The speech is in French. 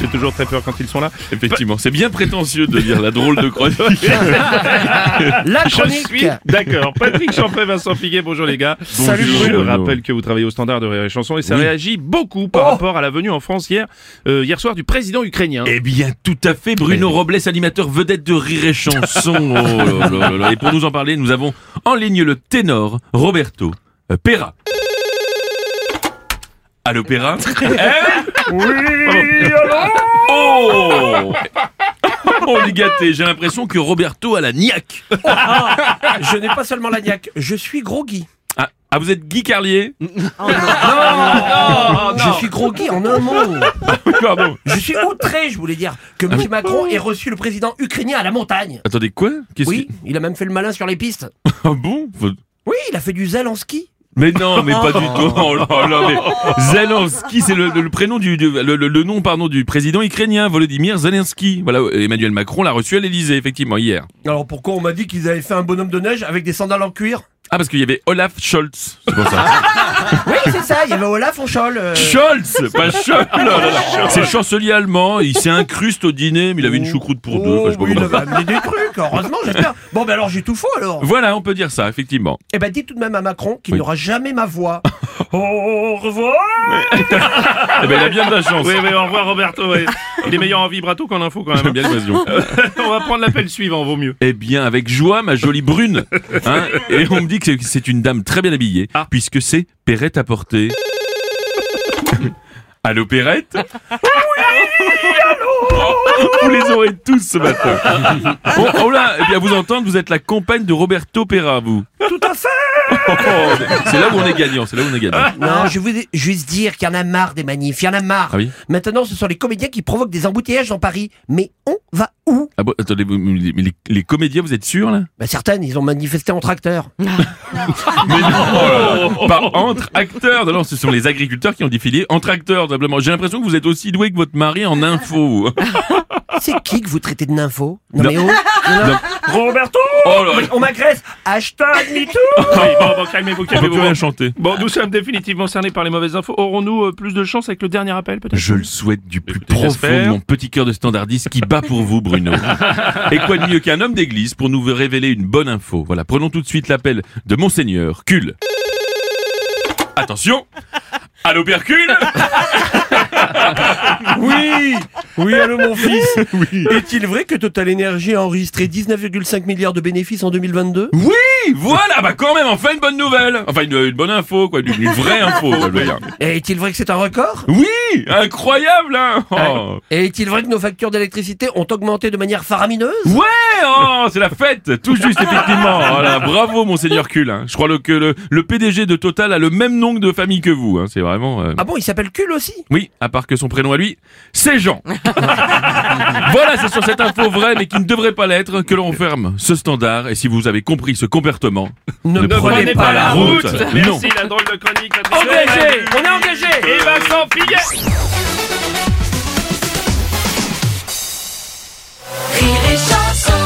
J'ai toujours très peur quand ils sont là. Effectivement, c'est bien prétentieux de dire la drôle de chronique. La Je chronique suis d'accord. Patrick Champré, Vincent Figuet, bonjour les gars. Salut, Je Bruno. rappelle que vous travaillez au standard de Rire et Chanson et ça réagit beaucoup Oh. par rapport à la venue en France hier, euh, hier soir du président ukrainien. Eh bien, tout à fait, Bruno Robles, animateur vedette de Rire et Chanson. Oh là là là là. Et pour nous en parler, nous avons en ligne le ténor Roberto euh, Pera. Allô, Pera Eh Oh Oh, les gâtés, j'ai l'impression que Roberto a la niaque. Je n'ai pas seulement la niaque, je suis gros Guy. Ah, ah, vous êtes Guy Carlier je suis gros Guy en un mot. Pardon. Je suis outré, je voulais dire, que M. Ah Macron ait reçu le président ukrainien à la montagne. Attendez, quoi Qu'est-ce Oui, il a même fait le malin sur les pistes. qui- Ah bon Faut- Oui, il a fait du zèle en ski. Mais non, mais pas du tout. Oh là là, mais Zelensky, c'est le, le prénom du, du- le, le- le nom pardon du président ukrainien Volodymyr Zelensky. Voilà, Emmanuel Macron l'a reçu à l'Elysée effectivement hier. Alors pourquoi on m'a dit qu'ils avaient fait un bonhomme de neige avec des sandales en cuir Ah parce qu'il y avait Olaf Scholz. C'est pour Ah, ça. Oui, c'est ça, il y avait Olaf en chol. euh, Scholz, pas Scholz. Ah, Oh là là. C'est le chancelier allemand. Il s'est incruste au dîner, mais il avait une choucroute pour deux. Enfin, Oh, je sais pas oui, il comment- avait amené des trucs, heureusement, j'espère. Bon, ben alors j'ai tout faux alors. Voilà, on peut dire ça effectivement. Eh ben, dis tout de même à Macron qu'il Oui. n'aura jamais ma voix. Au revoir Ah, Eh ben, il a bien de la chance. Oui, oui, au revoir Roberto. ouais. Il est meilleur en vibrato qu'en info quand J'aime même. bien l'évasion. On va prendre l'appel suivant, vaut mieux. Eh bien, avec joie, ma jolie brune. Hein Et on me dit que c'est- c'est une dame très bien habillée, Ah. puisque c'est Perrette à porter. Allô, Perrette Oui, Vous les aurez tous ce matin. Bon, oh là, eh bien, vous entendre, vous êtes la compagne de Roberto Perra, vous. Tout à fait Ah. Oh, c'est là où on est gagnant, c'est là où on est gagnant. Non, je voulais juste dire qu'il y en a marre des manifs, il y en a marre. Ah oui Maintenant, ce sont les comédiens qui provoquent des embouteillages dans Paris. Mais on va où Ah bon, attendez, vous- mais les, les comédiens, vous êtes sûrs, là bah, Certaines, ils ont manifesté en tracteur. Mais non oh là là. Par entre acteurs Non, non, ce sont les agriculteurs qui ont défilé entre acteurs, simplement. J'ai l'impression que vous êtes aussi doué que votre mari en info. C'est qui que vous traitez de nympho Non, Non. mais oh Non, non. Roberto Oh là là. On m'agresse Hashtag MeToo Oui, bon, bon, calmez-vous, Je peux plus rien calmez-vous. chanter. Bon, nous sommes définitivement cernés par les mauvaises infos. Aurons-nous euh, plus de chance avec le dernier appel peut-être Je le souhaite du plus Écoutez, profond de j'espère. mon petit cœur de standardiste qui bat pour vous, Bruno. Et quoi de mieux qu'un homme d'église pour nous révéler une bonne info Voilà, prenons tout de suite l'appel de Monseigneur Cul. Attention Allô, Percule Oui Oui, allô mon fils Est-il vrai que Total Energy a enregistré 19,5 milliards de bénéfices en 2022 Oui Voilà, bah quand même, enfin une bonne nouvelle Enfin, une, une bonne info, quoi, une, une vraie info, je veux dire. Et est-il vrai que c'est un record Oui Incroyable, hein Oh. Et est-il vrai que nos factures d'électricité ont augmenté de manière faramineuse Ouais, oh, c'est la fête, tout juste effectivement. Voilà, bravo monseigneur Cul. hein. Je crois le- que le, le PDG de Total a le même nom de famille que vous. hein. C'est vraiment. euh, Ah bon, il s'appelle Cul aussi Oui, à part que son prénom à lui, c'est Jean. voilà, c'est sur cette info vraie mais qui ne devrait pas l'être que l'on ferme ce standard. Et si vous avez compris ce comportement, Ne, prenez pas la route. Non. Merci, la drôle de chronique. Patrick Engagé Chauvet. On est engagé Et Vincent Figuet Rire et chanson.